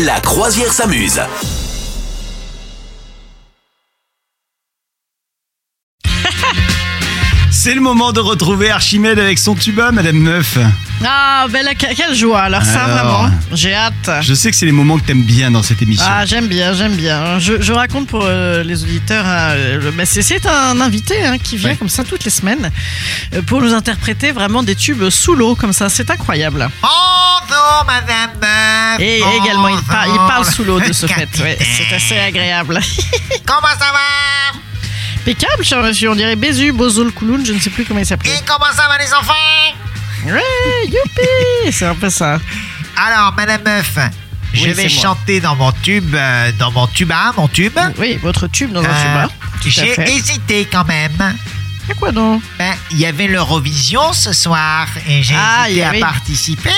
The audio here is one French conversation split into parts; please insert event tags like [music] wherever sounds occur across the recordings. La croisière s'amuse. C'est le moment de retrouver Archimède avec son tuba, Madame Meuf. Ah, ben là, que- quelle joie, alors ça, Alors. vraiment. J'ai hâte. Je sais que c'est les moments que t'aimes bien dans cette émission. Ah, j'aime bien, j'aime bien. Je, je raconte pour euh, les auditeurs, hein, le- mais c'est- c'est un invité hein, qui vient Ouais. comme ça toutes les semaines euh, pour nous interpréter vraiment des tubes sous l'eau, comme ça, c'est incroyable. Bonjour Madame Meuf. Et également, il, par- il Bonjour, parle sous l'eau de ce [laughs] fait, capitaine. ouais, c'est assez agréable. Comment ça va Impeccable, cher monsieur, on dirait Bézu, Bozul Kouloun, je ne sais plus comment il s'appelait. Et comment ça va les enfants Ouais, youpi, c'est un peu ça. Alors Madame Meuf, je Oui, vais c'est moi. chanter dans mon tube, euh, dans mon tuba, mon tube. Oui, votre tube dans un Ah. Euh, tuba, tout à J'ai fait. hésité quand même. Et quoi donc Ben, il y avait l'Eurovision ce soir et j'ai Ah, il y hésité à avait- participer.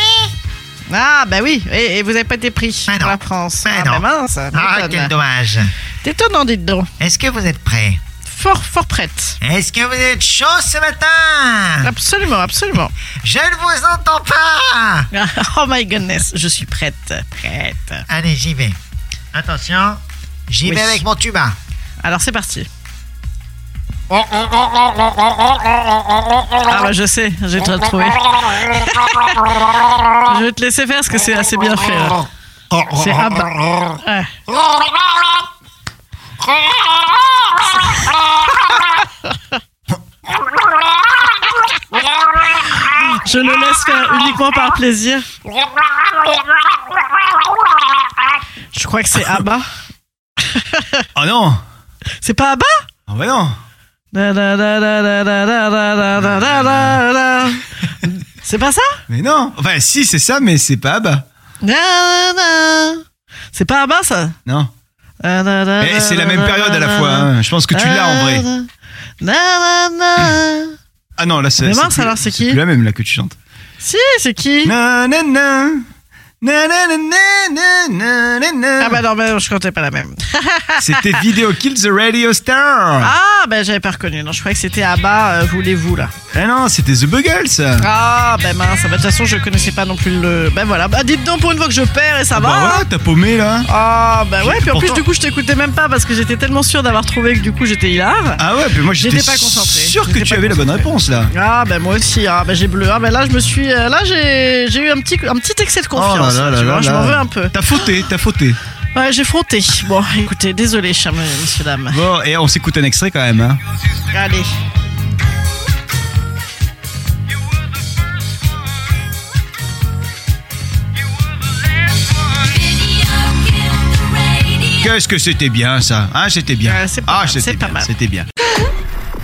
Ah bah oui, et, et vous n'avez pas été pris Mais pour non. la France. Mais ah non. bah mince, Ah, m'étonne. quel dommage. T'étonnant, dites donc. Est-ce que vous êtes prêts Fort, fort prête. Est-ce que vous êtes chaud ce Ah. matin Absolument, absolument. [laughs] Je ne vous entends pas. Oh my goodness, je suis prête, prête. Allez, j'y vais. Attention, j'y Oui. vais avec mon tuba. Alors c'est parti. Ah bah je sais, j'ai déjà trouvé. je vais te laisser faire parce que c'est assez bien fait. là. C'est ab- Ouais. Je le laisse faire uniquement par plaisir. Je crois que c'est Abba. Oh non C'est pas Abba Oh bah non Da, da, da, da, da, da, da, da, da, da, da, da. C'est pas ça Mais non Enfin, si, c'est ça, mais c'est pas Abba. Da, da, da. C'est pas Abba ça Non. Da, da, da, Eh, da, c'est la da, même da, période da, à la da, fois. da. hein. Je pense que tu l'as en vrai. Da, da, da. Ah non, là, c'est. Mais c'est mince, plus- alors, c'est qui plus la même là que tu chantes. Si, c'est qui Na, na, na. Na, na, na, na, na, na, na. Ah bah non, bah, je comptais pas la même. C'était Video Kill the Radio Star. Ah bah j'avais pas reconnu. Non, je croyais que c'était Abba, euh, voulez-vous là. Ah non, c'était The Buggles. ça. Ah bah mince, bah, de toute façon je connaissais pas non plus le... Ben voilà, bah dites donc pour une fois que je perds et ça va. Bah hein. voilà, t'as paumé là. Ah bah ouais, puis en plus Pourtant- du coup je t'écoutais même pas parce que j'étais tellement sûr d'avoir trouvé que du coup j'étais hilar. Ah ouais, puis moi j'étais J'étais pas concentré. sûr que J'étais tu pas avais la bonne concentré. réponse là. Ah bah moi aussi, ah bah j'ai bleu, ah bah là je me suis, euh, là j'ai j'ai eu un petit, un petit excès de confiance, Oh là là là tu vois, là je m'en là. veux un peu. T'as fauté, t'as fauté. Ouais j'ai frotté, bon [laughs] écoutez, désolé chers messieurs dames. Bon, et on s'écoute un extrait quand même. Hein. Allez. Qu'est-ce que c'était bien ça Hein, c'était bien. Ouais, Euh, c'est pas ah, mal, c'était c'est pas bien, mal. C'était bien.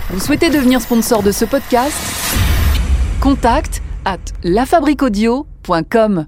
Vous souhaitez devenir sponsor de ce podcast Contact à lafabriquaudio.com.